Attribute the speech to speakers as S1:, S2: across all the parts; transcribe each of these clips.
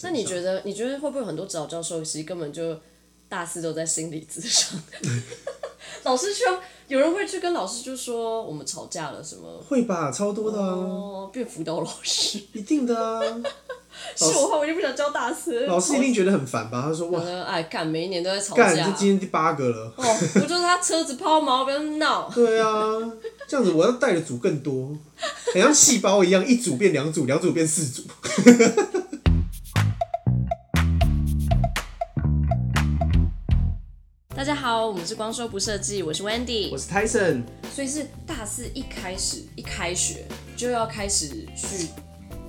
S1: 那
S2: 啊
S1: 你觉得，你觉得会不会有很多指导教授其实根本就大四都在心理咨商？ 老师去，有人会去跟老师就说我们吵架了什么？
S2: 会吧，超多的啊，
S1: 哦，变辅导老师，
S2: 一定的啊。
S1: 是我的话我就不想教大四。
S2: 老师一定觉得很烦吧？他说哇，
S1: 呃，哎，干，每一年都在吵
S2: 干，
S1: 架
S2: 这。今天第八个了。
S1: 哦，不就是他车子抛锚，不要闹。
S2: 对啊，这样子我要带的组更多，很像细胞一样，一组变两组，两组变四组。
S1: 大家好，我们是光说不设计，我是 Wendy，
S2: 是 Tyson，
S1: 所以是大四一开始一开学就要开始去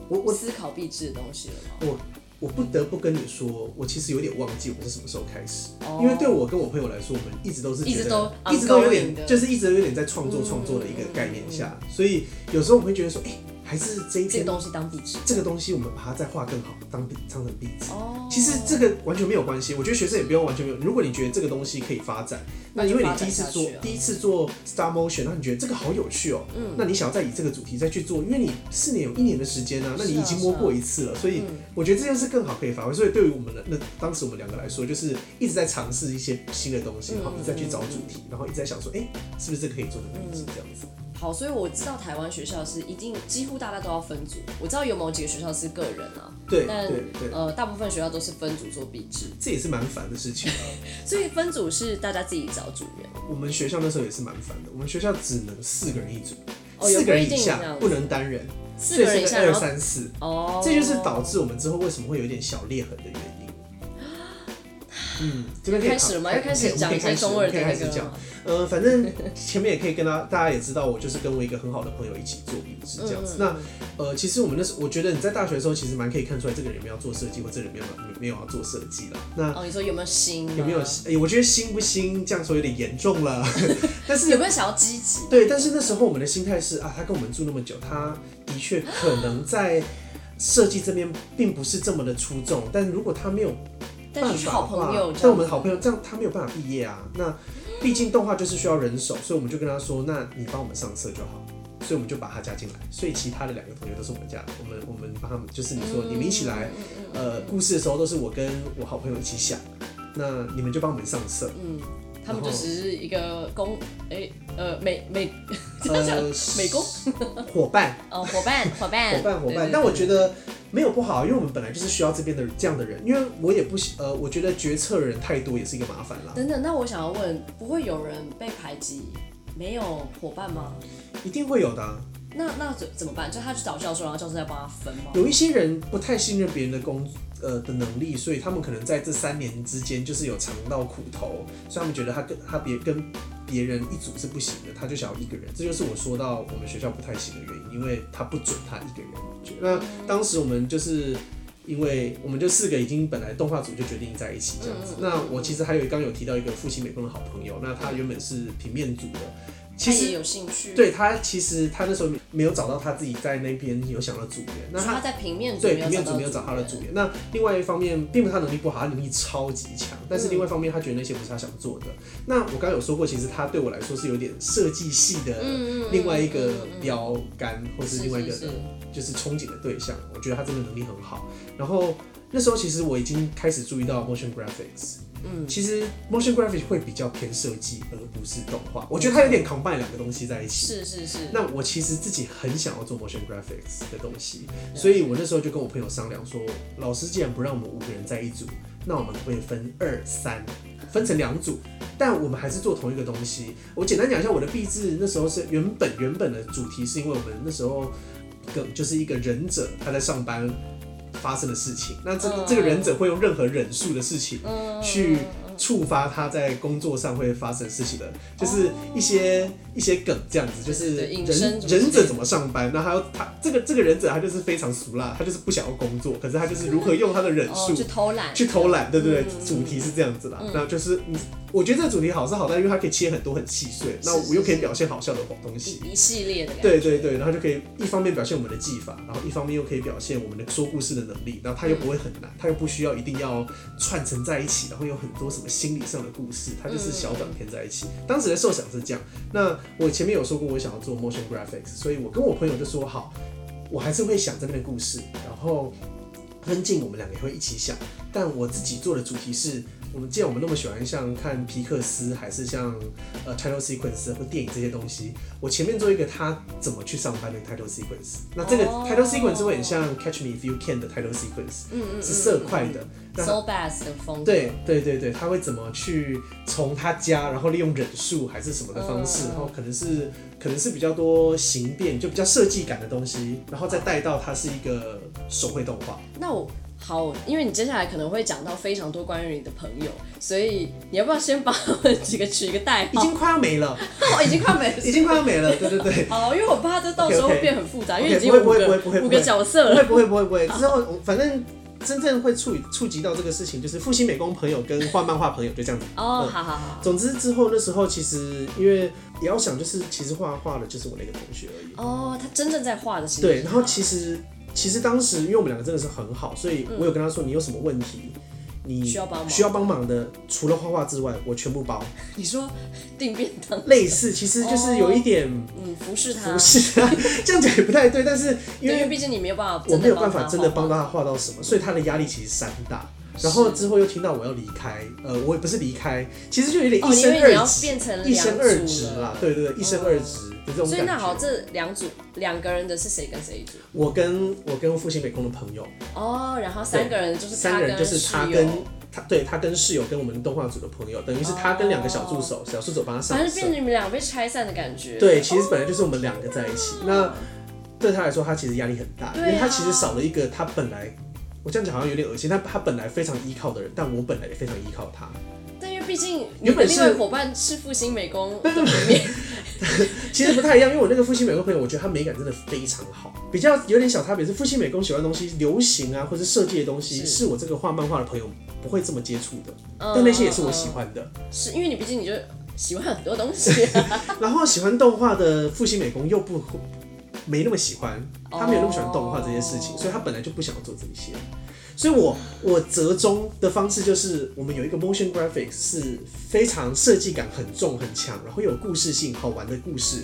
S2: 我我
S1: 思考壁纸的东西了吗？
S2: 我我不得不跟你说，我其实有点忘记我是什么时候开始
S1: 哦
S2: 因为对我跟我朋友来说，我们一直都是觉得
S1: 一直都
S2: 一直都
S1: ongoing
S2: 有
S1: 的嗯
S2: 点，就是一直有点在创作创作的一个概念下，所以有时候我会觉得说，哎、还是这一
S1: 这
S2: 篇
S1: 个东西当壁纸。
S2: 这个东西我们把它再画更好，当壁当成壁纸。
S1: 哦
S2: 其实这个完全没有关系，我觉得学生也不用完全没有。如果你觉得这个东西可以发展，那因为你第一次做、
S1: 那就发展下去啊嗯
S2: 第一次做 Star Motion，那你觉得这个好有趣哦、那你想要再以这个主题再去做，因为你四年有一年的时间啊，那你已经摸过一次了，
S1: 啊
S2: 所
S1: 嗯
S2: 以我觉得这件事更好可以发挥。所以对于我们的那当时我们两个来说，就是一直在尝试一些新的东西，
S1: 嗯
S2: 然后一直在去找主题，然后一直在想说，哎、是不是这个可以做成壁
S1: 嗯
S2: 纸这样子？
S1: 好，所以我知道台湾学校是一定几乎大家都要分组。我知道有某几个学校是个人啊，
S2: 对
S1: 但
S2: 对对，
S1: 呃，大部分学校都是分组做壁纸，
S2: 这也是蛮烦的事情、啊。
S1: 所以分组是大家自己找组员。
S2: 我们学校那时候也是蛮烦的，我们学校只能四个人一组，
S1: 哦有
S2: 四个
S1: 规
S2: 人以
S1: 定这
S2: 下
S1: 样子
S2: 不能单人，
S1: 四个人以下，
S2: 所以
S1: 然
S2: 是
S1: 后
S2: 二三四，
S1: 哦，
S2: 这就是导致我们之后为什么会有点小裂痕的原 因。嗯，这边可以
S1: 开始了吗？
S2: 好哎
S1: 又开始
S2: 我们
S1: 讲
S2: 可以
S1: 一些
S2: 开始
S1: 中二的
S2: 我
S1: 那
S2: 们可以开
S1: 个
S2: 始讲
S1: 了。
S2: 呃，反正前面也可以跟他，大家也知道，我就是跟我一个很好的朋友一起做壁纸这样
S1: 嗯
S2: 子。那呃，其实我们那时候，我觉得你在大学的时候，其实蛮可以看出来这个人有没有要做设计，或这个人有没有没有要做设计了。那
S1: 哦，你说有没有心啊？
S2: 有没有？哎、我觉得新不新这样说有点严重了，但是
S1: 有没有想要积极？
S2: 对，但是那时候我们的心态是啊，他跟我们住那么久，他的确可能在设计这边并不是这么的出众，但如果他没有
S1: 但
S2: 办
S1: 是是
S2: 法的
S1: 好朋友
S2: 话，
S1: 这
S2: 但
S1: 样
S2: 我们的好朋友这样他没有办法毕业啊。那毕竟动画就是需要人手，所以我们就跟他说，那你帮我们上色就好。所以我们就把他加进来，所以其他的两个同学都是我们加，我们我们帮他们，就是你说你们一起来，
S1: 嗯
S2: 呃，故事的时候都是我跟我好朋友一起想，那你们就帮我们上色，
S1: 他们就只是一个工，哎、呃，美美， 这样讲
S2: 呃，
S1: 美工
S2: 伙伴，
S1: 哦，伙伴伙伴
S2: 伙伴伙
S1: 对
S2: 伴
S1: 对。
S2: 但我觉得没有不好，因为我们本来就是需要这边的这样的人，因为我也不喜呃，我觉得决策人太多也是一个麻烦啦，
S1: 等等，那我想要问，不会有人被排挤，没有伙伴吗？
S2: 一定会有的啊、
S1: 那那怎怎么办？就他去找教授，然后教授再帮他分吗？
S2: 有一些人不太信任别人的工呃的能力，所以他们可能在这三年之间就是有尝到苦头，所以他们觉得他跟他别跟别人一组是不行的，他就想要一个人。这就是我说到我们学校不太行的原因，因为他不准他一个人。那当时我们就是。因为我们就四个已经本来动画组就决定在一起
S1: 嗯
S2: 这样子。那我其实还有刚有提到一个复兴美工的好朋友，那他原本是平面组的，其
S1: 他
S2: 实
S1: 也有兴趣，，
S2: 对他其实他那时候没有找到他自己在那边有想要组员，那他
S1: 他在平面组
S2: 对，
S1: 没有
S2: 平面
S1: 找
S2: 组
S1: 到
S2: 没有找他的
S1: 组
S2: 组
S1: 员，
S2: 员。那另外一方面，并不是他能力不好，他能力超级强，但是另外一方面，他觉得那些不是他想做的。那我刚刚有说过，其实他对我来说是有点设计系
S1: 嗯
S2: 的另外一个标杆，或是另外一个
S1: 是是
S2: 就是憧憬的对象。我觉得他真的能力很好。然后那时候其实我已经开始注意到 motion graphics。嗯，其实 motion graphics 会比较偏设计，而不是动画。我觉得
S1: 嗯
S2: 它有点 combine 两个东西在一起。
S1: 是是是，
S2: 那我其实自己很想要做 motion graphics 的东西，所以我那时候就跟我朋友商量说，老师既然不让我们五个人在一组，那我们可不可以分二三，分成两组？但我们还是做同一个东西。我简单讲一下我的壁纸，那时候是原本原本的主题是因为我们那时候更就是一个忍者他在上班发生的事情，那这个这个忍者会用任何忍术的事情去触发他在工作上会发生的事情的，就是一些一些梗这样子，就是
S1: 哦对对
S2: 忍
S1: 隐身什么之类的
S2: 忍者怎么上班，那他要他这个这个忍者他就是非常俗辣，他就是不想要工作，可是他就是如何用他的忍术
S1: 哦，嗯去偷懒，
S2: 去偷懒，对不对？主题是这样子啦，那就是嗯我觉得这个主题好是好在，因为它可以切很多很细碎，那
S1: 是
S2: 我又可以
S1: 是
S2: 表现好笑的东西。
S1: 一一系列的感觉，
S2: 对对对，然后就可以一方面表现我们的技法，然后一方面又可以表现我们的说故事的能力，然后它又不会很
S1: 嗯
S2: 难，它又不需要一定要串成在一起，然后有很多什么心理上的故事，它就是小短片在一起。当时的设想是这样，那我前面有说过我想要做 motion graphics，所以我跟我朋友就说好，我还是会想这边的故事，然后分镜我们两个也会一起想，但我自己做的主题是，我们既然我们那么喜欢像看皮克斯，还是像呃 title sequence 或电影这些东西，我前面做一个他怎么去上班的 title sequence，那这个
S1: 哦
S2: title sequence 会很像 Catch Me If You Can 的 title sequence，
S1: 嗯嗯，
S2: 是色块的，那它
S1: So Bass 的风格，
S2: 对对对对，他会怎么去从他家，然后利用忍术还是什么的方式，
S1: 嗯
S2: 然后可能是可能是比较多形变，就比较设计感的东西，然后再带到它是一个手绘动画。
S1: 那我好，因为你接下来可能会讲到非常多关于你的朋友，所以你要不要先帮他们几个取一个代
S2: 已
S1: 号？
S2: 经快要没了，
S1: 我已经快没了，
S2: 已经快要没了，对对对。
S1: 好，哦因为我怕这到时候
S2: OK，OK
S1: 会变很复杂
S2: OK，
S1: 因为已经有
S2: 不
S1: 五
S2: 会不会
S1: 个
S2: 不会不会
S1: 五个角色
S2: 不
S1: 了。
S2: 会不会不会不会，之后反正真正会触触及到这个事情，就是复兴美工朋友跟画漫画朋友就这样子。
S1: 哦，好好好。
S2: 总之之后那时候其实因为也要想，就是其实画画的就是我那个同学而已。
S1: 哦，他真正在画的是
S2: 对，然后其实其实当时因为我们两个真的是很好，所以我有跟他说你有什么问题，你
S1: 嗯需要帮忙
S2: 需要帮忙的，除了画画之外，我全部包。
S1: 你说订便当，
S2: 类似其实就是有一点
S1: 嗯，服侍他，
S2: 不是啊， 这样讲也不太对，但是因
S1: 对因
S2: 为
S1: 为毕竟你没有办法，
S2: 我没有办法真的帮
S1: 他
S2: 到他画到什么，所以他的压力其实山大。然后之后又听到我要离开，呃，我也不是离开，其实就有点
S1: 画。哦，
S2: 一
S1: 因
S2: 生
S1: 为你要
S2: 二职，
S1: 变成
S2: 一生二
S1: 两
S2: 职
S1: 组
S2: 啦
S1: 了，，哦
S2: 对对对，一生二职的这种感觉。
S1: 所以那好，这两组两个人的是谁跟谁一组？
S2: 我跟我跟复兴美工的朋友，
S1: 哦，然后三个人就是
S2: 三
S1: 他
S2: 个人就是他
S1: 室
S2: 跟
S1: 友，哦
S2: 他对他跟室友跟我们动画组的朋友，等于是他跟两个小助手，小助手帮他上
S1: 哦反正
S2: 色
S1: 变成你们俩被拆散的感觉。
S2: 对，其实本来就是我们两个在一起。那对他来说，他其实压力很大，因
S1: 对啊
S2: 为他其实少了一个他本来，我这样讲好像有点恶心，但他本来非常依靠的人，但我本来也非常依靠他。
S1: 但因为毕竟你
S2: 原
S1: 的
S2: 本是
S1: 另外伙伴是复兴美工的里面，
S2: 其实不太一样，因为我那个复兴美工朋友，我觉得他美感真的非常好，比较有点小差别是复兴美工喜欢的东西，流行啊或是设计的东西，
S1: 是
S2: 是我这个画漫画的朋友不会这么接触的，
S1: 嗯
S2: 但那些也是我喜，欢的。
S1: 嗯是因为你毕竟你就喜欢很多东西 啊，
S2: 然后喜欢动画的复兴美工又不没那么喜欢，他没有那么喜欢动画这些事情，
S1: 哦
S2: 所以他本来就不想要做这一些。所以我我折中的方式就是，我们有一个 motion graphics 是非常设计感很重很强，然后又有故事性好玩的故事，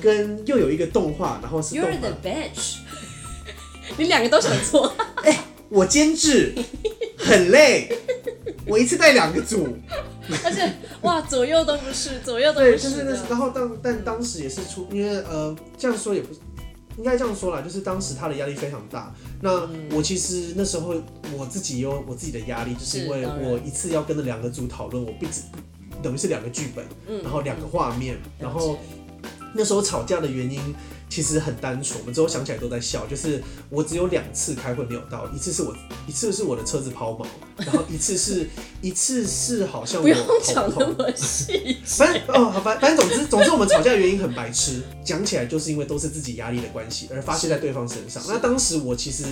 S2: 跟又有一个动画，然后是
S1: 嗯
S2: 动
S1: You're
S2: 画
S1: the bitch，你两个都想 做，
S2: 我监制，很累，我一次带两个组，
S1: 而且哇左右都不是，左右都
S2: 对，
S1: 不
S2: 就是
S1: 是
S2: 那
S1: 的嗯
S2: 时，然后当但当时也是出，因为呃这样说也不是，应该这样说啦，就是当时他的压力非常大。那
S1: 嗯
S2: 我其实那时候我自己也有我自己的压力，就是因为
S1: 是当然
S2: 我一次要跟着两个组讨论，我不止等于是两个剧本，
S1: 嗯
S2: 然后两个画面，然后
S1: 了解
S2: 那时候吵架的原因其实很单纯，我们之后想起来都在笑，就是我只有两次开会没有到，一次是我一次是我的车子抛锚，然后一次是一次是好像
S1: 不
S2: 我
S1: 用
S2: 头
S1: 讲那
S2: 痛。
S1: 么细，
S2: 反正哦，好反反正总之总之我们吵架的原因很白痴，讲起来就是因为都是自己压力的关系而发泄在对方身上。那当时我其实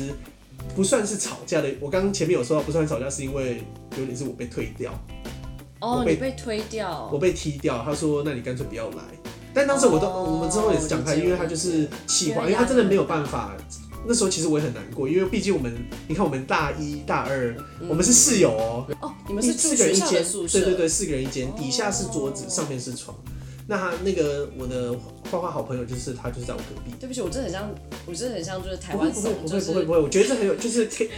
S2: 不算是吵架的，我刚刚前面有说到不算是吵架，是因为有点是我被退掉，
S1: 哦
S2: 我，被
S1: 你被推掉
S2: 我，被踢掉。他说那你干脆不要来。但当时我都、
S1: 哦
S2: 我们之后也是讲开，
S1: 理解
S2: 因为他就是气话，因为他真的没有办法。那时候其实我也很难过，因为毕竟我们，你看我们大一大二，
S1: 嗯
S2: 我们是室友哦、
S1: 哦，你们
S2: 第
S1: 是
S2: 四
S1: 住
S2: 个人
S1: 学
S2: 一
S1: 校
S2: 间
S1: 的，宿舍，
S2: 对对对，四个人一间，底下是桌子，
S1: 哦
S2: 上面是床。那他那个我的画画好朋友，就是他，就是在我隔壁。
S1: 对不起，我真的很像，我真的很像就是台
S2: 不会
S1: 湾
S2: 不会
S1: 怂，
S2: 不
S1: 就
S2: 会不会
S1: 是
S2: 不会，我觉得这很有，就是可以，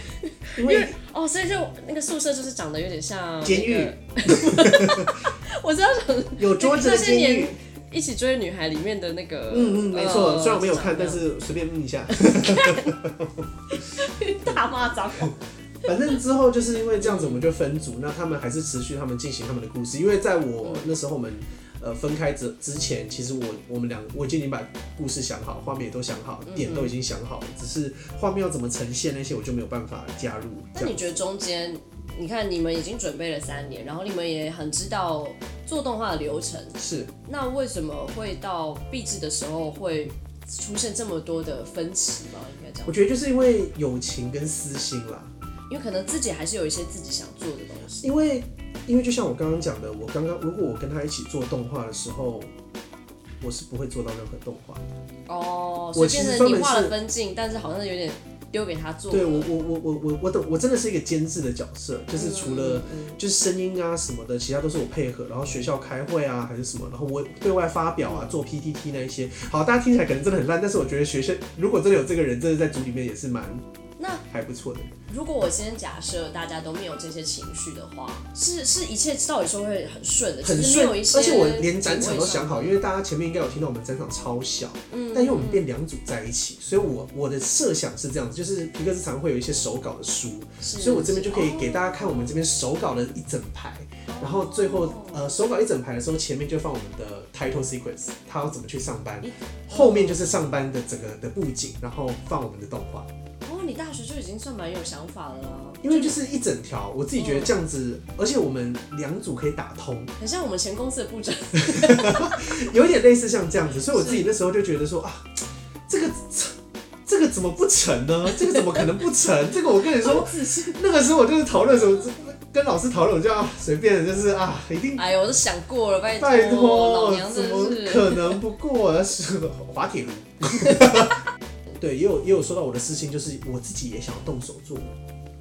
S2: 因为
S1: 哦，所以就那个宿舍就是长得有点像那
S2: 监
S1: 个
S2: 狱，
S1: 我知道想
S2: 有桌子的
S1: 那些
S2: 监狱
S1: 年。一起追女孩里面的那个，
S2: 嗯嗯，没错，
S1: 呃
S2: 虽然我没有看，但
S1: 长
S2: 是随便嗯一下。
S1: 这样大骂脏话，
S2: 反正之后就是因为这样子，我们就分组。那他们还是持续他们进行他们的故事，因为在我那时候我们呃分开之之前，其实我我们两我就已经把故事想好，画面也都想好，点都已经想好了，只是画面要怎么呈现那些我就没有办法加入。
S1: 那
S2: 这
S1: 你
S2: 样
S1: 觉得中间，你看你们已经准备了三年，然后你们也很知道做动画的流程，
S2: 是
S1: 那为什么会到毕制的时候会出现这么多的分歧吗？应该这样
S2: 我，觉得就是因为友情跟私心啦，
S1: 因为可能自己还是有一些自己想做的东西。
S2: 因为因为就像我刚刚讲的，我刚刚如果我跟他一起做动画的时候，我是不会做到任何动画的。
S1: 哦，所
S2: 我
S1: 以
S2: 其
S1: 变
S2: 实
S1: 成
S2: 专
S1: 你
S2: 门
S1: 画
S2: 是
S1: 了分镜，但是好像有点丢给他做了。
S2: 对我我我我我我的我真的是一个监制的角色，就是除了、
S1: 嗯
S2: 就是声音啊什么的，其他都是我配合，然后学校开会啊还是什么，然后我对外发表啊，做 PPT 那一些。好，大家听起来可能真的很烂，但是我觉得学生如果真的有这个人，真的在组里面也是蛮
S1: 那
S2: 还不错的。
S1: 如果我先假设大家都没有这些情绪的话，是是一切照理说会很顺的，
S2: 很
S1: 只是呃没
S2: 顺，
S1: 有一些
S2: 而且我连展场都
S1: 品味
S2: 想
S1: 上
S2: 好，因为大家前面应该有听到我们展场超小，
S1: 嗯
S2: 但因为我们变两组在一起，所以我我的设想是这样子，就是皮克斯常会有一些手稿的书，
S1: 是
S2: 所以我这边就可以
S1: 是哦
S2: 给大家看我们这边手稿的一整排，然后最后呃手稿一整排的时候，前面就放我们的 title sequence，他要怎么去上班，后面就是上班的整个的布景，然后放我们的动画。
S1: 哦，你大学就已经算蛮有想法了啦，
S2: 因为就是一整条，我自己觉得这样子，而且我们两组可以打通，
S1: 很像我们前公司的部长，
S2: 有一点类似像这样子，所以我自己那时候就觉得说啊，这个这个怎么不成呢？这个怎么可能不成？这个我跟你说，
S1: 自信。
S2: 那个时候我就是讨论什么，跟老师讨论，我就啊随便就是啊，一定
S1: 哎呦，我都想过了，拜托，
S2: 拜
S1: 老
S2: 托，
S1: 娘
S2: 怎
S1: 真
S2: 么
S1: 的是。
S2: 可能不过啊？是滑铁卢。对，也有也有说到我的私心，就是我自己也想动手做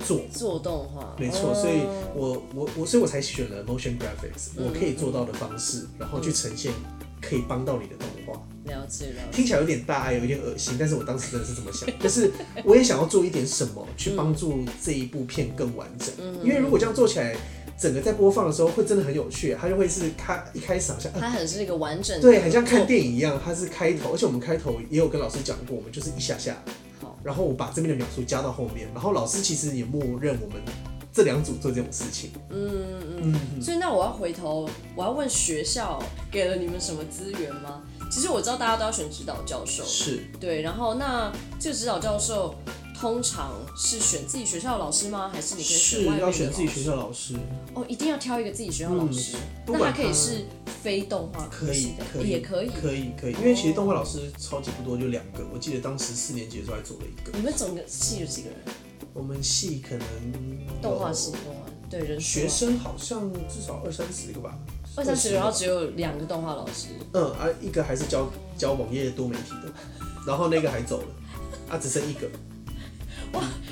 S2: 做
S1: 做动画，
S2: 没错，
S1: 哦
S2: 所以我我我，所以我才选了 motion graphics，我可以做到的方式，然后去呈现可以帮到你的动画。
S1: 了解了解。
S2: 听起来有点大爱，有点恶心，但是我当时真的是这么想， 就是我也想要做一点什么去帮助这一部片更完整，因为如果这样做起来，整个在播放的时候会真的很有趣，它就会是它一开始好像。呃
S1: 它很是一个完整的，
S2: 对，很像看电影一样，它是开头，而且我们开头也有跟老师讲过，我们就是一下下，
S1: 好，
S2: 然后我把这边的描述加到后面，然后老师其实也默认我们这两组做这种事情。
S1: 所以那我要回头，我要问学校给了你们什么资源吗？其实我知道大家都要选指导教授，
S2: 是，
S1: 对，然后那这个指导教授通常是选自己学校的老师吗？还是你可以选
S2: 是
S1: 外面的
S2: 要
S1: 老师
S2: 选自己学校老师，
S1: 哦，一定要挑一个自己学校老师，
S2: 不
S1: 那
S2: 管
S1: 他可以
S2: 他
S1: 是非动画科
S2: 可以
S1: 系的，，
S2: 可以，
S1: 也可以。
S2: 可以，可以，因为其实动画老师超级不多，就两个。我记得当时四年级的时候还做了一个。
S1: 你们整个系有几个人？
S2: 我们系可能有
S1: 动画系，动画对人数啊
S2: 学生好像至少二三十个吧，
S1: 二三十，然后
S2: 20
S1: 只有两个动画老师，
S2: 嗯，啊，一个还是教教网页多媒体的，然后那个还走了，啊，只剩一个。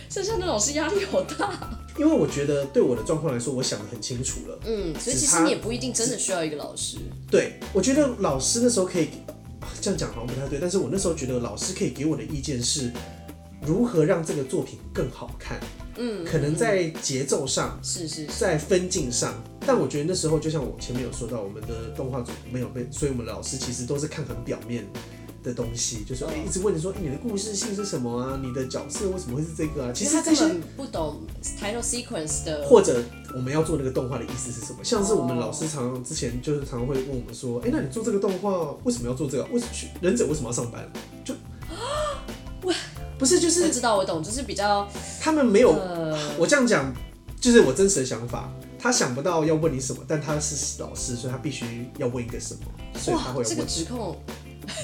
S1: 剩下的老师压力好大。
S2: 因为我觉得对我的状况来说，我想的很清楚了。
S1: 嗯，所以
S2: 只
S1: 其
S2: 差
S1: 实你也不一定真的需要一个老师。
S2: 对，我觉得老师那时候可以给，啊这样讲好像不太对，但是我那时候觉得老师可以给我的意见是，如何让这个作品更好看。嗯，可能在节奏上，
S1: 是是是，
S2: 在分镜上，但我觉得那时候就像我前面有说到，我们的动画组没有被，所以我们的老师其实都是看很表面。的东西就是、哎，一直问你说、哎你的故事性是什么啊？你的角色为什么会是这个啊？其实
S1: 因为他
S2: 这
S1: 根
S2: 些
S1: 本不懂 title sequence 的
S2: 或者我们要做那个动画的意思是什么？像是我们老师常常之前就是常常会问我们说，哎、那你做这个动画为什么要做这个？为什么忍者为什么要上班？就，不是，就
S1: 我
S2: 是
S1: 知道我懂，就是比较
S2: 他们没有，
S1: 呃，
S2: 我这样讲就是我真实的想法。他想不到要问你什么，但他是老师，所以他必须要问一个什么，所以他
S1: 哇
S2: 会，
S1: 这
S2: 问。
S1: 个指控，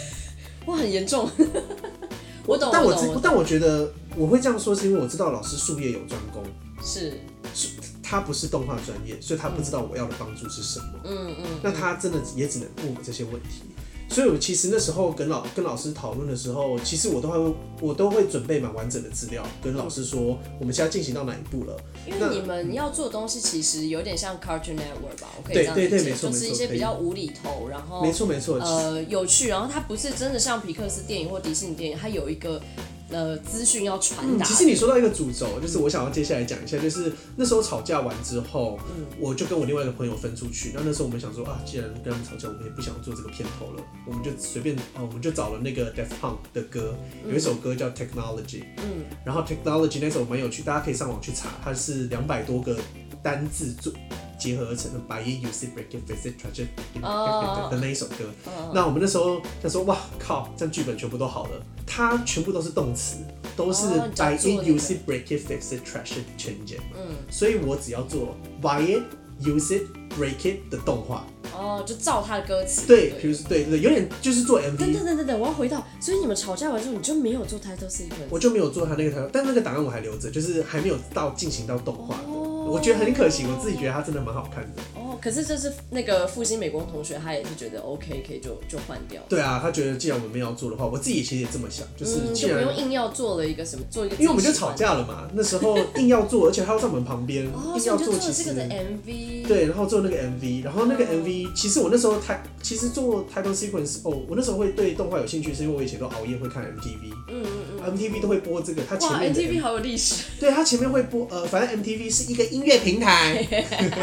S1: 哇，很严重。 我懂，
S2: 但
S1: 我
S2: 我
S1: 懂，我
S2: 知但我觉得我会这样说，是因为我知道老师术业有专攻，
S1: 是，
S2: 他不是动画专业，所以他不知道我要的帮助是什么。
S1: 嗯嗯，
S2: 那他真的也只能问我这些问题。所以我其实那时候跟老跟老师讨论的时候，其实我都还会我都会准备蛮完整的资料，跟老师说我们现在进行到哪一步了。
S1: 因
S2: 那
S1: 为你们要做的东西其实有点像 Cartoon Network 吧，我可以
S2: 对
S1: 这样
S2: 对
S1: 理
S2: 对
S1: 解，
S2: 没错
S1: 就
S2: 没
S1: 是一
S2: 错
S1: 些
S2: 可
S1: 比
S2: 以
S1: 较无厘头，然后
S2: 没错没错，
S1: 呃有趣，然后它不是真的像皮克斯电影或迪士尼电影，它有一个呃资讯要传
S2: 嗯
S1: 达。
S2: 其实你说到一个主轴，就是我想要接下来讲一下，就是那时候吵架完之后，我就跟我另外一个朋友分出去。那那时候我们想说啊，既然跟他们吵架，我们也不想做这个片头了，我们就随便啊，我们就找了那个 Def Punk 的歌，有一首歌叫 Technology，嗯，然后 Technology 那首蛮有趣，大家可以上网去查，它是两百多个单字组结合而成的白衣 You See Break It Face It Tragic
S1: 哦
S2: 的那一首歌。那我们那时候他说哇靠，这样剧本全部都好了，它全部都是动词，都是
S1: 哦讲
S2: buy
S1: 座
S2: it,
S1: 那个
S2: use it, break it, fix it, trash it, change it。嗯，所以我只要做 buy it, use it, break it 的动画。
S1: 哦，就照他的歌词。
S2: 对，比如说对对，有点就是做
S1: 等
S2: MV，
S1: 等等等等，我要回到，所以你们吵架完之后，你就没有做 title sequence。
S2: 我就没有做他那个台，但那个档案我还留着，就是还没有到进行到动画的。
S1: 哦
S2: 我觉得很可惜，我自己觉得它真的蛮好看的。
S1: 哦，哦，可是这是那个复兴美工同学，他也是觉得 OK，可以就就换掉。
S2: 对啊，他觉得既然我们没有要做的话，我自己其实也这么想，就是
S1: 嗯，就
S2: 既
S1: 不
S2: 然、
S1: 用硬要做了一个什么，做一个自己
S2: 因为我们就
S1: 喜欢
S2: 吵架了嘛，那时候硬要做，而且他要在我们旁边、
S1: 的。哦，所
S2: 硬
S1: 以
S2: 要
S1: 你就做
S2: 做，其
S1: 了这
S2: 实
S1: 个的 MV。，
S2: 对，然后做那个 MV，然后那个
S1: 嗯
S2: MV，、其实我那时候太，其实做 title sequence，哦，我那时候会对动画有兴趣，是因为我以前都熬夜会看 MTV，
S1: 嗯嗯嗯。
S2: m t v 都会播这个，它前
S1: 哇
S2: 面的
S1: ，MTV 好有历 史。
S2: 对，它前面会播，呃，反正 MTV 是一个音乐平台，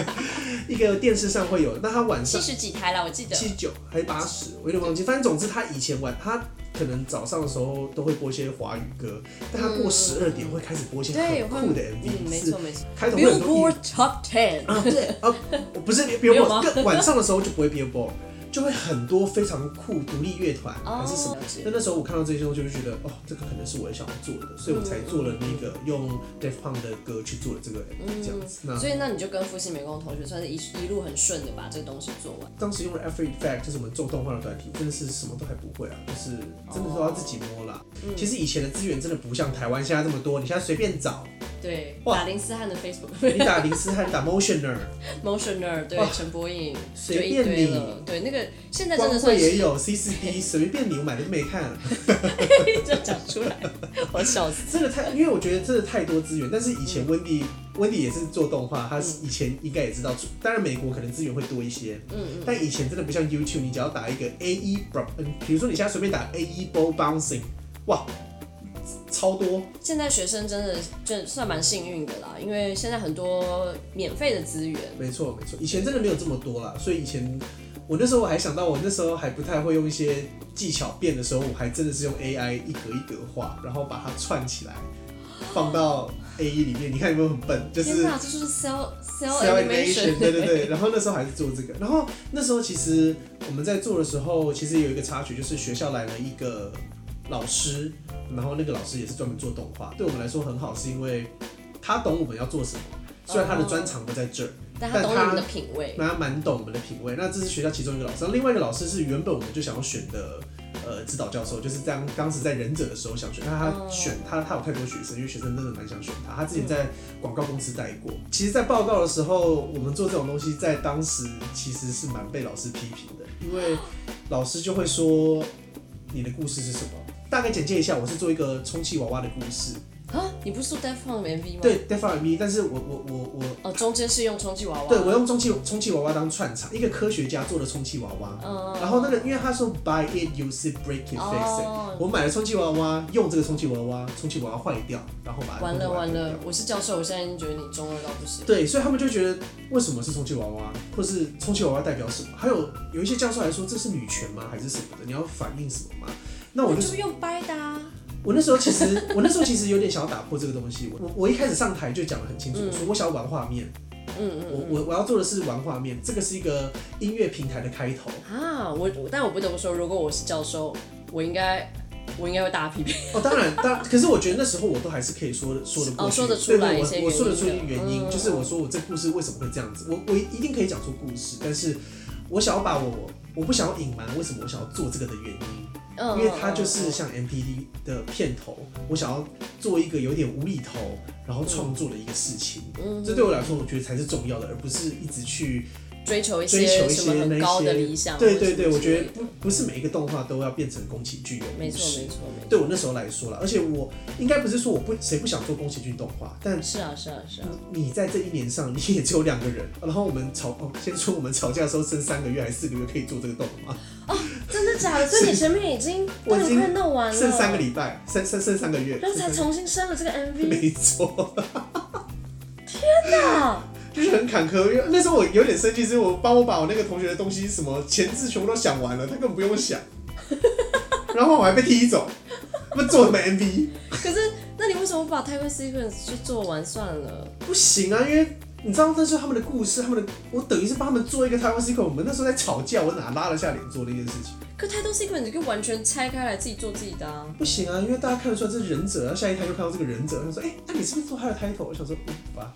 S2: 一个电视上会有，那它晚
S1: 七
S2: 上
S1: 十几台啦，我记得。
S2: 七九还是八十，我有点忘记，反正总之它以前晚，它可能早上的时候都会播一些华语歌，但它过
S1: 嗯
S2: 十二点会开始播一些
S1: 对，
S2: 很
S1: 会
S2: 酷的
S1: 嗯，没
S2: MV，是
S1: 错没错。
S2: 开头会很多
S1: Billboard Top Ten。
S2: 啊，对啊，我不是
S1: 没有
S2: Billboard，
S1: 吗
S2: 更晚上的时候就不会 Billboard，就会很多非常酷独立乐团
S1: 哦
S2: 还是什么
S1: 了解。
S2: 那那时候我看到这些东西，就会觉得哦，这个可能是我也想要做的，所以我才做了那个用 d e f Punk 的歌去做了这个这样子。那
S1: 所以那你就跟复兴美工同学算是一一路很顺的把这个东西做完。
S2: 当时用了 After Effect，就是我们做动画的软体，真的是什么都还不会啊，就是真的都要自己摸
S1: 哦
S2: 啦。
S1: 嗯
S2: 其实以前的资源真的不像台湾现在这么多，你现在随 便找，
S1: 对，
S2: 哇
S1: 打林思翰的 Facebook
S2: 你打林思翰，打 Motioner，
S1: Motioner，对
S2: 哇，
S1: 陈柏颖就
S2: 随
S1: 一
S2: 便
S1: 堆
S2: 你
S1: 了。对， 那个现在真
S2: 光
S1: 的
S2: 会
S1: 算
S2: 也
S1: 是
S2: 有 CCD，随便你，我买都没看。啊
S1: 就 讲出 来，我笑死。
S2: 真的太，因为我觉得真的太多资源。但是以前温蒂，温蒂也是做动画，他以前应该也知道，当然美国可能资源会多一些，
S1: 嗯嗯，
S2: 但以前真的不像 YouTube，你只要打一个 A E bro，嗯，比如说你现在随便打 A E ball bouncing，哇，超多，
S1: 现在学生真的真算蛮幸运的啦，因为现在很多免费的资源。
S2: 没错没错，以前真的没有这么多啦，所以以前。我那时候我还想到，我那时候还不太会用一些技巧变的时候，我还真的是用 AI 一格一格画，然后把它串起来，放到 A E 里面。你看有没有很笨？就是
S1: 天哪，这就是 cell cell
S2: Cell animation，
S1: animation，
S2: 对对对。然后那时候还是做这个，然后那时候其实我们在做的时候，其实有一个插曲，就是学校来了一个老师，然后那个老师也是专门做动画，对我们来说很好，是因为他懂我们要做什么。虽然他的专长不在这儿，
S1: 但他懂你们的品味。
S2: 那他蛮懂我们的品味。那这是学校其中一个老师，然后另外一个老师是原本我们就想要选的，呃，指导教授，就是当当时在忍者的时候想选，但他
S1: 哦
S2: 选他他有太多学生，因为学生真的蛮想选他。他之前在广告公司待过。其实，在报告的时候，我们做这种东西，在当时其实是蛮被老师批评的，因为老师就会说你的故事是什么。大概简介一下，我是做一个充气娃娃的故事，
S1: 啊，你不是说 d e f o n 的 MV 吗？，
S2: 对 d e f a m 但是我我我我
S1: 哦，中间是用充气娃娃。
S2: 对，我用充气充气娃娃当串场，一个科学家做的充气娃娃。
S1: 嗯
S2: 然后那个，因为他说 buy it, use it, break it, fix it、
S1: 哦
S2: 我买了充气娃娃，用这个充气娃娃，充气娃娃坏掉，然后把它
S1: 完了
S2: 弄坏
S1: 完
S2: 掉
S1: 了，我是教授，我现在已经觉得你中二到不行。
S2: 对，所以他们就觉得为什么是充气娃娃，或是充气娃娃代表什么？还有有一些教授还说这是女权吗，还是什么的？你要反映什么吗？那我就
S1: 就是用掰的啊。
S2: 我那时候其实，我那时候其实有点想要打破这个东西。我我一开始上台就讲得很清楚，我说我想要玩画面，
S1: 嗯嗯。
S2: 我我我要做的是玩画面，这个是一个音乐平台的开头。
S1: 啊，我我但我不得不说，如果我是教授，我应该我应该会大批评。
S2: 哦，当然，当可是我觉得那时候我都还是可以说的说得过去，
S1: 哦说得出来
S2: 对
S1: 一
S2: 对
S1: 些
S2: 我我说得出
S1: 原因的
S2: 原因，
S1: 嗯
S2: 就是我说我这故事为什么会这样子，我我一定可以讲出故事，但是我想要把我我不想要隐瞒为什么我想要做这个的原因，
S1: 嗯，
S2: 因为它就
S1: 嗯
S2: 是
S1: 嗯
S2: 像 M P D 的片头，我想要做一个有点无厘头，然后创作的一个事情，
S1: 嗯
S2: 这对我来说我觉得才是重要的，而不是一直去
S1: 追求一
S2: 追求
S1: 些
S2: 一
S1: 什
S2: 些
S1: 么
S2: 那
S1: 很高的理
S2: 些
S1: 想。，
S2: 对
S1: 或者
S2: 对对，
S1: 什么
S2: 我
S1: 之类
S2: 觉得
S1: 的
S2: 不不是每一个动画都要变成宫崎骏有
S1: 没
S2: 故
S1: 错
S2: 事
S1: 没。错没错。
S2: 对我那时候来说了，而且我应该不是说我不谁不想做宫崎骏动画，但
S1: 是啊是啊是啊，
S2: 你在这一年上你也只有两个人，然后我们吵哦，先说我们吵架的时候剩三个月还是四个月可以做这个动画，
S1: 真的假的？所以你前面已经
S2: 我
S1: 都
S2: 已
S1: 已
S2: 经
S1: 经快弄完了，
S2: 剩三个礼拜，剩剩剩三个月，
S1: 然后才
S2: 剩三
S1: 重新生了这个
S2: 个
S1: MV
S2: 没错，
S1: 啊！
S2: 就是很坎坷。因为那时候我有点生气，是我帮我把我那个同学的东西什么前置全部都想完了，他根本不用 想，然后我还被踢走，那做什么 MV？
S1: 可是那你为什么不把 Tiger Sequence 就做完算了？
S2: 不行啊，因为你知道那是他们的故事，他们的我等于是帮他们做一个台湾 secret。我们那时候在吵架，我哪拉得下脸做那件事情？
S1: 可 Tiger Sequence 你可以完全拆开来自己做自己的啊。
S2: 不行啊，因为大家看得出来这是忍者，然后下一台又看到这个忍者，他说：“哎、那、你是不是做他的 title？” 我想说：“嗯，好吧，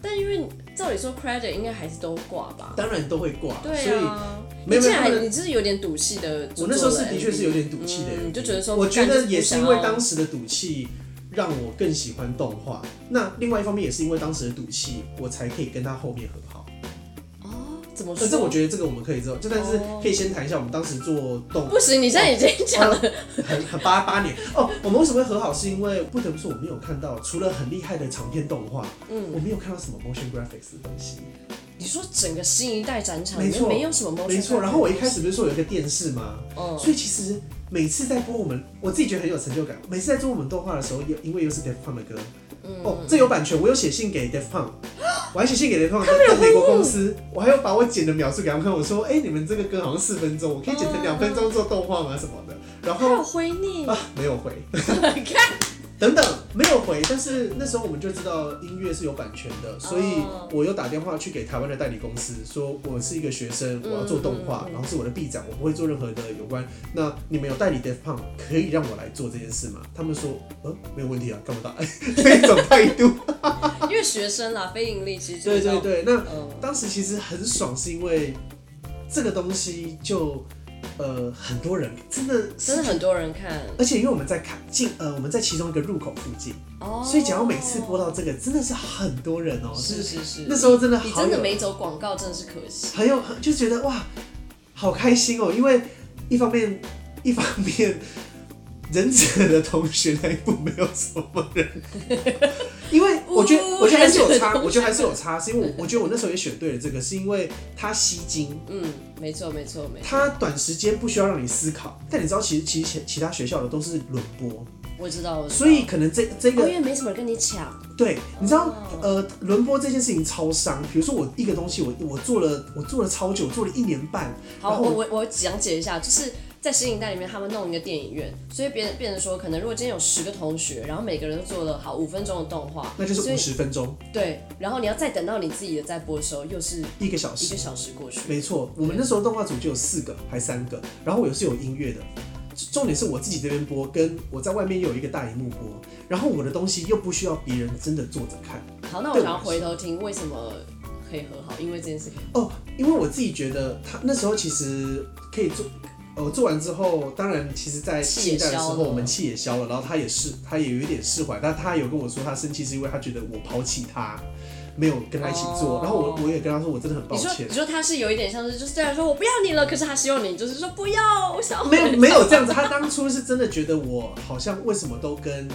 S1: 但因为照理说 credit 应该还是都挂吧？
S2: 当然都会挂。所
S1: 对
S2: 以
S1: 啊，
S2: 没
S1: 你
S2: 有没
S1: 竟
S2: 有
S1: 然
S2: 他
S1: 还
S2: 们
S1: 你就是有点赌气的做
S2: 我
S1: 了 MV。
S2: 那时候是的确是有点赌气的人、
S1: 嗯就觉得说
S2: 我觉
S1: 干
S2: 得
S1: 就
S2: 也
S1: 不
S2: 是
S1: 想
S2: 因为
S1: 要
S2: 当时的赌气，让我更喜欢动画。那另外一方面也是因为当时的赌气，我才可以跟他后面很好。
S1: 哦怎么说？
S2: 但这我觉得这个我们可以之后，就但是
S1: 哦
S2: 可以先谈一下我们当时做动
S1: 不行，你现在已经讲
S2: 哦
S1: 了，
S2: 很很八八年哦。我们为什么会和好？是因为不得不说，我没有看到除了很厉害的长篇动画，嗯，我没有看到什么 motion graphics 的东西。
S1: 你说整个新一代展场
S2: 没
S1: 里
S2: 错
S1: 面没有什么 motion，
S2: 没错，
S1: graphic
S2: 然后我一开始不是说有一个电视吗？
S1: 嗯
S2: 所以其实每次在播我们，我自己觉得很有成就感。每次在做我们动画的时候，有因为又是 Def Punk 的歌，哦，这有版权，我有写信给 Def Punk，我还写信给 Def Punk 的美国公司，我还有把我剪的秒数给他们看，我说，哎、你们这个歌好像四分钟，我可以剪成两分钟做动画吗？什么的，然
S1: 还有
S2: 后
S1: 灰腻，
S2: 啊，没有回。
S1: 看
S2: 等等，没有回，但是那时候我们就知道音乐是有版权
S1: 哦
S2: 的，所以我又打电话去给台湾的代理公司，说我是一个学生，我要做动
S1: 嗯
S2: 画，然后是我的臂展，我不会做任何的有关。那你们有代理 Def Punk，可以让我来做这件事吗？他们说，呃，没有问题啊，干嘛打？ 这一种态 度。
S1: 因为学生啦，非盈利其实就
S2: 对
S1: 是
S2: 对对，那
S1: 到，嗯，
S2: 当时其实很爽，是因为这个东西就呃很多人真的
S1: 真的
S2: 是。
S1: 很多人看
S2: 而且因为我们在看进呃我们在其中一个入口附近，
S1: 哦，
S2: 所以只要每次播到这个，真的是很多人哦、
S1: 是是是，
S2: 那时候真的
S1: 你
S2: 好
S1: 真的
S2: 有
S1: 没走广告，真的是可惜，
S2: 很有很就觉得哇，好开心哦、因为一方面一方面，忍者的同学那一部没有什么 人，因为我觉得
S1: 呜
S2: 我觉得还是有
S1: 忍者
S2: 差，
S1: 同学
S2: 我觉得还是有差，是因为我我觉得我那时候也选对了这个，是因为它吸睛，
S1: 嗯，没错没错没错，
S2: 它短时间不需要让你思考，但你知道其实其实其他学校的都是轮播，
S1: 我知道，我知道
S2: 所以可能这这
S1: 哦
S2: 个
S1: 因为没什么人跟你抢，
S2: 对，你知道
S1: 哦，
S2: 呃，轮播这件事情超伤。比如说我一个东西我，我做了，我做了超久，做了一年半，然
S1: 好，
S2: 后
S1: 我我我讲解一下，就是在新一代里面，他们弄一个电影院，所以别人变成说，可能如果今天有十个同学，然后每个人都做了好五分钟的动画，
S2: 那就是
S1: 所以
S2: 五十分钟，
S1: 对，然后你要再等到你自己的在播的时候，又是
S2: 一个小
S1: 一
S2: 时
S1: 个。小时过去，
S2: 没错，我们那时候动画组就有四个还三个，然后我有是有音乐的，重点是我自己这边播，跟我在外面又有一个大荧幕播，然后我的东西又不需要别人真的坐着看。
S1: 好，那我想要回头听为什么可以和好，因为这件事可以
S2: 哦，因为我自己觉得他那时候其实可以做，呃，做完之后，当然其实，在
S1: 气
S2: 新一代的
S1: 也
S2: 时
S1: 消
S2: 候，
S1: 了
S2: 我们气也消了，然后他也是，他也有一点释怀，但他有跟我说，他生气是因为他觉得我抛弃他，没有跟他一起做，
S1: 哦
S2: 然后我我也跟他说，我真的很抱
S1: 你说
S2: 歉
S1: 你。说他是有一点像是就是虽然说我不要你了，可是他希望你就是说不要，我想要
S2: 没有没有这样子，他当初是真的觉得我好像为什么都跟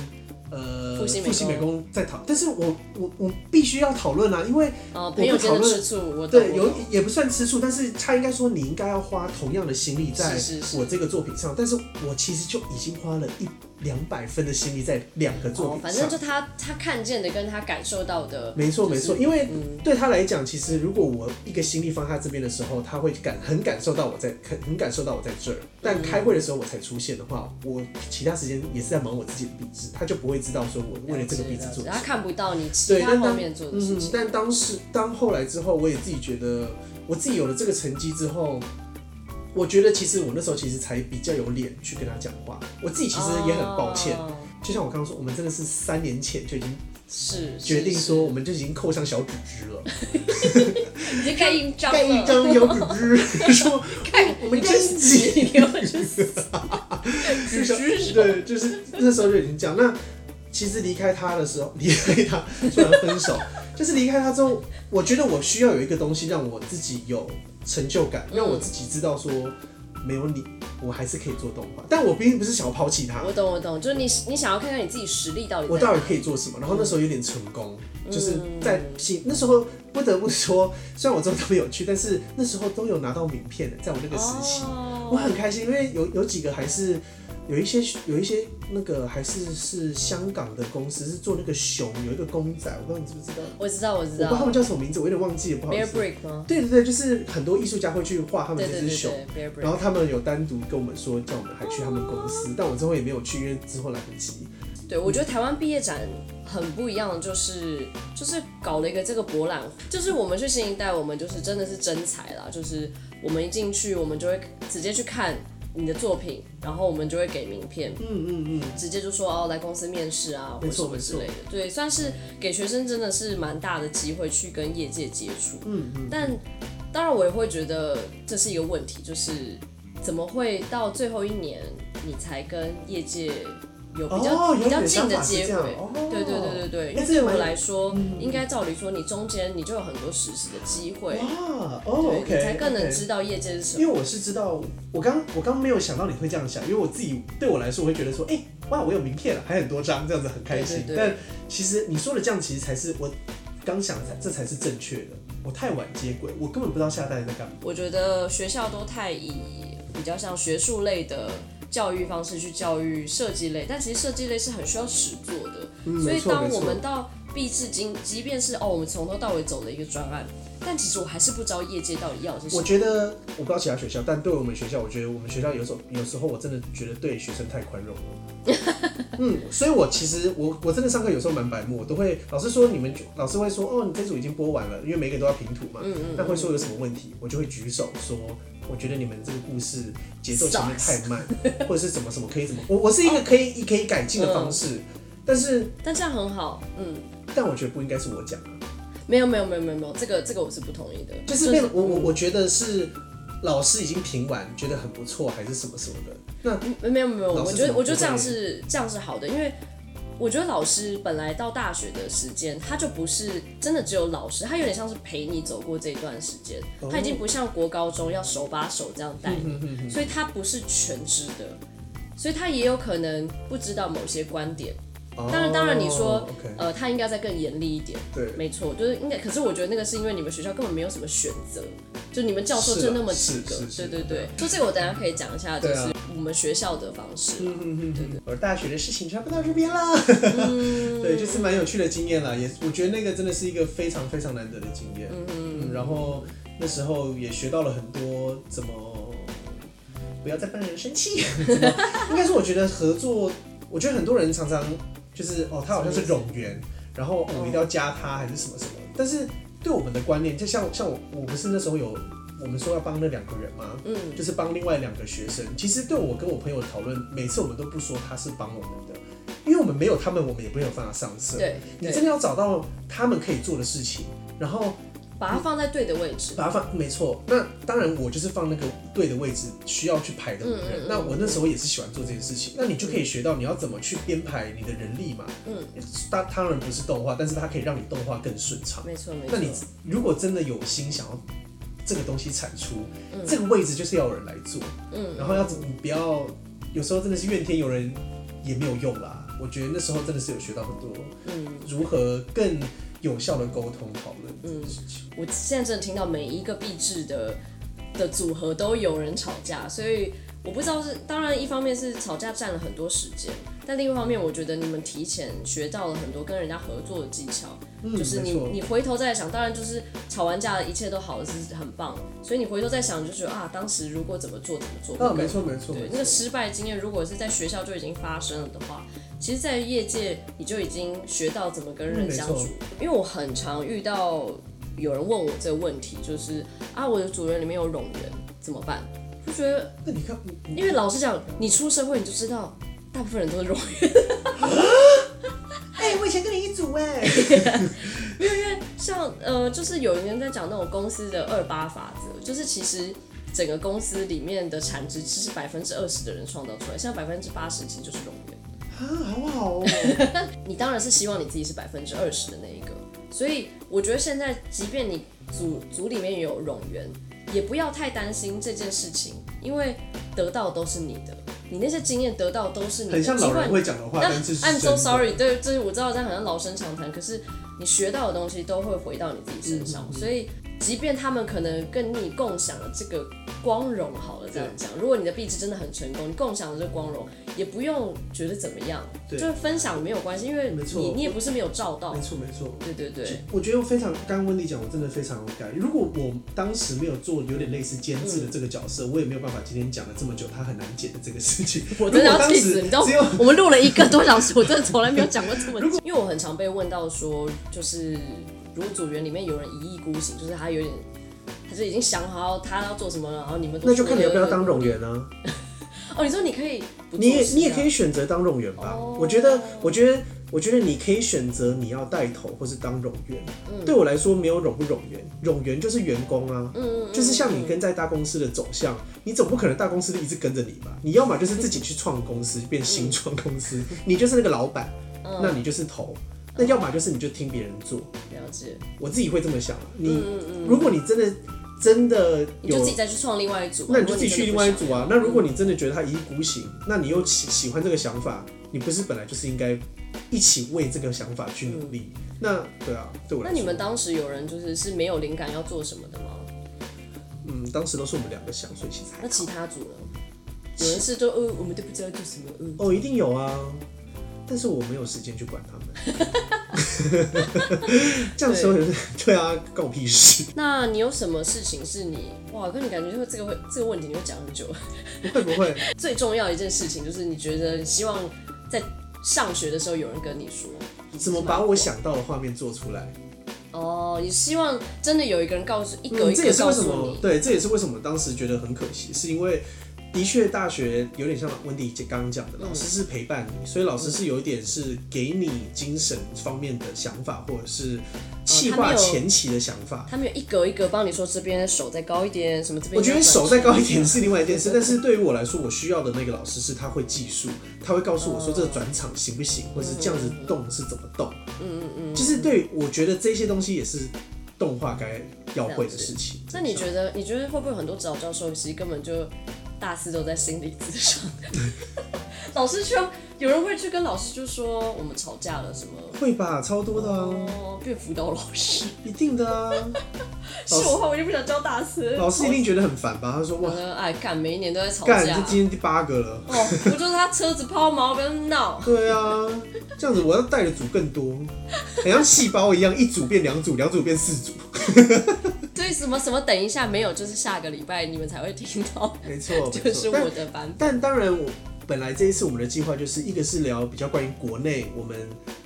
S2: 呃
S1: 复兴美工
S2: 美工在讨，但是我我我必须要讨论啊，因为
S1: 呃朋友间
S2: 我
S1: 的
S2: 不讨
S1: 吃
S2: 论
S1: 醋，我懂
S2: 对，
S1: 我
S2: 有
S1: 懂
S2: 也不算吃醋，但是他应该说你应该要花同样的心力在
S1: 是是是
S2: 我这个作品上，但是我其实就已经花了一两百分的心力在两个作
S1: 哦，
S2: 品
S1: 反
S2: 上。
S1: 正就他他看见的跟他感受到的，
S2: 没错
S1: 就
S2: 没
S1: 是嗯
S2: 错，因为对他来讲，其实如果我一个心力放他这边的时候，他会感很感受到我在很很感受到我在这儿。
S1: 嗯
S2: 但开会的时候我才出现的话，我其他时间也是在忙我自己的壁纸，他就不会知道说我为了这个壁纸
S1: 了解啊
S2: 做
S1: 了解他看不到你其
S2: 对，
S1: 他
S2: 但
S1: 后
S2: 当
S1: 面做的事
S2: 嗯
S1: 情。。
S2: 但当时当后来之后，我也自己觉得，我自己有了这个成绩之后，我觉得其实我那时候其实才比较有脸去跟他讲话。我自己其实也很抱歉，
S1: 哦
S2: 就像我刚刚说，我们真的是三年前就已经
S1: 是
S2: 决定说，我
S1: 们
S2: 们就已经扣上小纸枝了，
S1: 已经盖印章了，
S2: 盖一张小纸枝， 说
S1: 盖
S2: 我们
S1: 你看
S2: 真急
S1: 你给我去死
S2: 就
S1: 纸
S2: 像
S1: 枝手
S2: 对，就是那时候就已经讲。那其实离开他的时候， 离开他突然分手，就是离开他之后，我觉得我需要有一个东西让我自己有成就感，让我自己知道说没有你，我还是可以做动画。但我毕竟不是想要抛弃他，
S1: 我懂我懂，就是你你想要看看你自己实力到底在
S2: 我到底可以做什么？然后那时候有点成功，就是在新那时候不得不说，虽然我知道 他们有去，但是那时候都有拿到名片的，在我那个时期。
S1: 哦
S2: 我很开心，因为有有几个还是有一些有一些那个还是是香港的公司是做那个熊，有一个公仔，我不知道你知不知道，
S1: 我知道我知
S2: 我不知道他
S1: 道
S2: 们叫什么名字，我有点忘记了，不好意
S1: ，Bear
S2: 思。
S1: Brick 吗？
S2: 对对对，就是很多艺术家会去画他们
S1: 对
S2: 这
S1: 对
S2: 只
S1: 对
S2: 熊，
S1: 对，Bear
S2: 然
S1: Brick。
S2: 后他们有单独跟我们说叫我们还去他们公司，但我之后也没有去，因为之后来不及。
S1: 对，我觉得台湾毕业展很不一样的就是就是搞了一个这个博览，就是我们去新一代，我们就是真的是真才啦，就是我们一进去，我们就会直接去看你的作品，然后我们就会给名片，
S2: 嗯嗯嗯，
S1: 直接就说哦来公司面试啊，或
S2: 没
S1: 者什
S2: 错
S1: 么之类的。对，算是给学生真的是蛮大的机会去跟业界接触。嗯嗯。但当然我也会觉得这是一个问题，就是怎么会到最后一年你才跟业界有比较、
S2: 哦，有
S1: 比较
S2: 点
S1: 近
S2: 想
S1: 的
S2: 法是
S1: 接
S2: 这
S1: 轨
S2: 样。哦，
S1: 对对对对对，因
S2: 哎
S1: 为
S2: 这个
S1: 对
S2: 嗯
S1: 我
S2: 蛮
S1: 来说，应该照理说，你中间你就有很多实习的机会，
S2: 哇，
S1: 对
S2: 哦
S1: 你
S2: ，OK，
S1: 才更能
S2: OK
S1: 知道业界是什么。
S2: 因为我是知道，我刚我刚没有想到你会这样想，因为我自己对我来说，我会觉得说，哎、哇，我有名片了，还很多张，这样子很开心。
S1: 对对对
S2: 但其实你说的这样，其实才是我刚想的才，这才是正确的。我太晚接轨，我根本不知道下一代在干嘛。
S1: 我觉得学校都太以比较像学术类的教育方式去教育设计类，但其实设计类是很需要实做的。
S2: 嗯，
S1: 所
S2: 没
S1: 以
S2: 错
S1: 当
S2: 没
S1: 我
S2: 错
S1: 们。到毕至今，即便是哦，我们从头到尾走了一个专案，但其实我还是不知道业界到底要的是什
S2: 我
S1: 么。
S2: 觉得我不知道其他学校，但对我们学校，我觉得我们学校有时候有时候我真的觉得对学生太宽容了。嗯，所以我其实我我真的上课有时候蛮白目，我都会老师说你们老师会说哦，你这组已经播完了，因为每个都要评图嘛，
S1: 嗯嗯
S2: 那会说有什么问题，我就会举手说，我觉得你们这个故事节奏前面太慢，或者是怎么什么可以怎么，我我是一
S1: 哦
S2: 个可以可以改进的
S1: 嗯
S2: 方式，但是
S1: 但这样很好，嗯，
S2: 但我觉得不应该是我讲啊，
S1: 没有没有没有没有没有，这个这个我是不同意的。
S2: 就是变我我我觉得是老师已经评完，觉得很不错，还是什么什么的，那
S1: 嗯没有没有，
S2: 老
S1: 我
S2: 师
S1: 觉
S2: 怎
S1: 得
S2: 么
S1: 我觉得
S2: 不
S1: 这样
S2: 会
S1: 是这样是好的，因为我觉得老师本来到大学的时间，他就不是真的只有老师，他有点像是陪你走过这一段时间，
S2: 哦嗯
S1: 他已经不像国高中要手把手这样带你，所以他不是全知的，所以他也有可能不知道某些观点。
S2: 当
S1: 当然当然你说
S2: o k
S1: 呃，他应该再更严厉一点。
S2: 哦对，
S1: 没错，就是应该。可是我觉得那个是因为你们学校根本没有什么选择，就你们教授
S2: 是啦
S1: 就那么几个
S2: 是是。是
S1: 对对
S2: 对
S1: 对，说这个我等一下可以讲一下，就
S2: 对
S1: 是
S2: 啊
S1: 我们学校的方式啦。
S2: 我大学的事情差不多到这边啦，
S1: 嗯
S2: 对，就是蛮有趣的经验啦，也我觉得那个真的是一个非常非常难得的经验，嗯，然后那时候也学到了很多怎么不要再让人生气， 怎么应该说我觉得合作，我觉得很多人常常就是哦，他好像是冗员，然后、哦、
S1: 嗯
S2: 我一定要加他还是什么什么，但是对我们的观念，就像像我我不是那时候有我们说要帮那两个人吗？
S1: 嗯
S2: 就是帮另外两个学生。其实对我跟我朋友讨论，每次我们都不说他是帮我们的，因为我们没有他们，我们也没有办法上色。
S1: 对，
S2: 你
S1: 对
S2: 真的要找到他们可以做的事情，然后
S1: 把它放在对的位置。
S2: 把它放，没错。那当然，我就是放那个对的位置，需要去排的人。
S1: 嗯嗯嗯
S2: 那我那时候也是喜欢做这件事情。那你就可以学到你要怎么去编排你的人力嘛。
S1: 嗯，
S2: 当当然不是动画，但是它可以让你动画更顺畅。
S1: 没错没错
S2: 那。你如果真的有心想要这个东西产出，这个位置就是要有人来做，
S1: 嗯
S2: 然后要怎么不要，有时候真的是怨天尤人也没有用啦。我觉得那时候真的是有学到很多
S1: 嗯，
S2: 如何更有效的沟通讨论这件事情。
S1: 我现在真的听到每一个壁纸的的组合都有人吵架，所以我不知道是，当然一方面是吵架占了很多时间，但另一方面我觉得你们提前学到了很多跟人家合作的技巧。
S2: 嗯，
S1: 就是你
S2: 没错
S1: 你回头再想，当然就是吵完架一切都好了，是很棒。所以你回头再想，就觉得啊，当时如果怎么做怎么做。
S2: 啊，
S1: 会
S2: 没
S1: 更
S2: 错没错
S1: 对
S2: 没，
S1: 那个
S2: 错，
S1: 失败经验，如果是在学校就已经发生了的话，其实，在业界你就已经学到怎么跟
S2: 嗯
S1: 人
S2: 没
S1: 相
S2: 错
S1: 处。因为我很常遇到有人问我这个问题，就是啊，我的组员里面有冗员怎么办？就觉得，
S2: 那你看，你
S1: 因为老实讲，你出社会你就知道，大部分人都是冗员。
S2: 哎、我以前跟你一组 哎、
S1: 像呃，就是有人在讲那种公司的二八法则，就是其实整个公司里面的产值只是百分之二十的人创造出来，像百分之八十其实就是冗员。
S2: 啊，好不好哦？
S1: 你当然是希望你自己是百分之二十的那一个，所以我觉得现在即便你组组里面有冗员，也不要太担心这件事情，因为得到都是你的，你那些经验得到都是你的，
S2: 很像老
S1: 尽管
S2: 人会讲的话，
S1: 那
S2: 但是是
S1: I'm
S2: 真
S1: so
S2: 的
S1: sorry，对，这我知道这样好像老生常谈，可是你学到的东西都会回到你自己身上，
S2: 嗯
S1: 所以即便他们可能跟你共享了这个光荣，好了这样讲，如果你的壁纸真的很成功，你共享了这个光荣，也不用觉得怎么样，就
S2: 对
S1: 是分享没有关系，因为
S2: 没错
S1: 你你也不是没有照到
S2: 没，错没错。
S1: 对对对，
S2: 我觉得非常，刚刚温迪讲，我真的非常有感。如果我当时没有做有点类似监
S1: 嗯
S2: 制的这个角色，我也没有办法今天讲了这么久，他很难解的这个事情。
S1: 我真的
S2: 如
S1: 要
S2: 果当
S1: 气
S2: 时
S1: 死，你知道
S2: 只有，
S1: 我们录了一个多小时，我真的从来没有讲过这 么久。因为我很常被问到说，就是如果组员里面有人一意孤行，就是他有点，他就已经想好他要做什么了，然后你们都
S2: 那就看你要不要当
S1: 容
S2: 冗员啊。
S1: 哦，你说你可以不做事啊，
S2: 你也你也可以选择当冗员吧。
S1: 哦
S2: 我觉得我觉得我觉得你可以选择你要带头或是当冗员。
S1: 嗯
S2: 对我来说，没有冗不冗员，冗员就是员工啊，
S1: 嗯
S2: 就是像你跟在大公司的走向，你总不可能大公司一直跟着你吧？你要么就是自己去创公司，变新创 公司，你就是那个老板，
S1: 嗯
S2: 那你就是头。那要么就是你就听别人做，
S1: 了解，
S2: 我自己会这么想啊。你如果你真的真的
S1: 嗯你就
S2: 有
S1: 自己再去创另外一组啊，
S2: 那你
S1: 如
S2: 就
S1: 果
S2: 自己
S1: 真的
S2: 去另
S1: 不
S2: 外一
S1: 想
S2: 组啊。那如果你真的觉得他一意孤行，那你又喜喜欢这个想法，你不是本来就是应该一起为这个想法去努力？那对啊，对我
S1: 嗯那
S2: 来说，
S1: 你们当时有人就是是没有灵感要做什么的吗？
S2: 嗯，当时都是我们两个想，所以其实还
S1: 那其
S2: 好。
S1: 他组呢？有人是就呃，我们都不知道做什么，嗯，
S2: 哦，一定有啊，但是我没有时间去管他们。 这样说就是对啊，关我屁事！
S1: 那你有什么事情是你哇？跟你感觉会这个会这个问题你会讲很久。
S2: 不会不会，
S1: 最重要的一件事情就是你觉得希望在上学的时候有人跟你说，
S2: 怎么把我想到的画面做出来？
S1: 哦，你希望真的有一个人告诉一格
S2: 嗯，
S1: 一
S2: 这也
S1: 个
S2: 是为
S1: 告
S2: 什
S1: 诉
S2: 么
S1: 你，
S2: 对，这也是为什么当时觉得很可惜，是因为的确大学有点像温迪姐刚刚讲的，老
S1: 嗯
S2: 师是陪伴你，所以老师是有一点是给你精神方面的想法，或者是气
S1: 哦他
S2: 化
S1: 没有
S2: 前期的想法。
S1: 他们有一格一格帮你说这边手再高一点，什么这边
S2: 我觉得手再
S1: 再
S2: 高一点是另外一件事，但是对于我来说，我需要的那个老师是他会技术，他会告诉我说
S1: 哦
S2: 这个转场行不行，或是这样子动是怎么动。嗯嗯嗯，就是对于，我觉得这些东西也是动画该要会的事情。
S1: 那你觉得你觉得会不会很多指导教授其实根本就大四都在心理咨 商？老师去有人会去跟老师就说我们吵架了什么？
S2: 会吧，超多的啊，
S1: 哦，变辅导老师，
S2: 一定 的啊。
S1: 是我的话我就不想教大四。
S2: 老师一定觉得很烦吧？他说哇
S1: 我，呢，哎，干每一年都在吵
S2: 干，
S1: 架
S2: 这。今天第八个了。
S1: 哦，不就是他车子抛锚，不要闹。
S2: 对啊，这样子我要带的组更多，很像细胞一样，一组变两组，两组变四组。
S1: 对，什么什么，等一下没有，就是下个礼拜你们才会听到，
S2: 没错，没
S1: 就
S2: 错
S1: 是
S2: 但
S1: 我的版本。
S2: 但当然，我本来这一次我们的计划就是一个是聊比较关于国内我们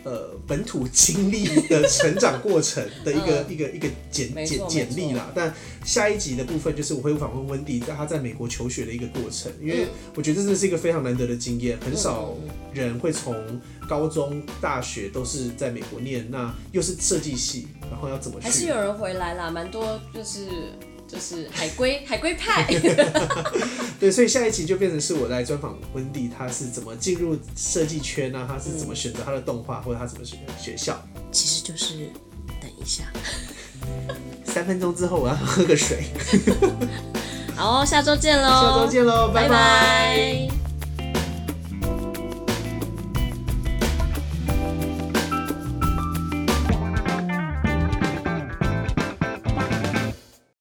S2: 呃本土经历的成长过程的一 个、一个一个简
S1: 嗯没错
S2: 简简历
S1: 没
S2: 啦。但下一集的部分就是我会访问温迪，在他在美国求学的一个过程，因为我觉得这是一个非常难得的经验，很少
S1: 嗯
S2: 人会从高中、大学都是在美国念，那又是设计系，然后要怎么
S1: 还是
S2: 去
S1: 有？人回来啦，蛮多，就是就是海归海归派。
S2: 对，所以下一期就变成是我来专访温蒂，他是怎么进入设计圈啊？他是怎么选择他的动画，或者他怎么选学校？
S1: 其实就是等一下。
S2: 三分钟之后我要喝个水，
S1: 好，下周见喽！
S2: 下周，见喽，
S1: 拜
S2: 拜拜
S1: 拜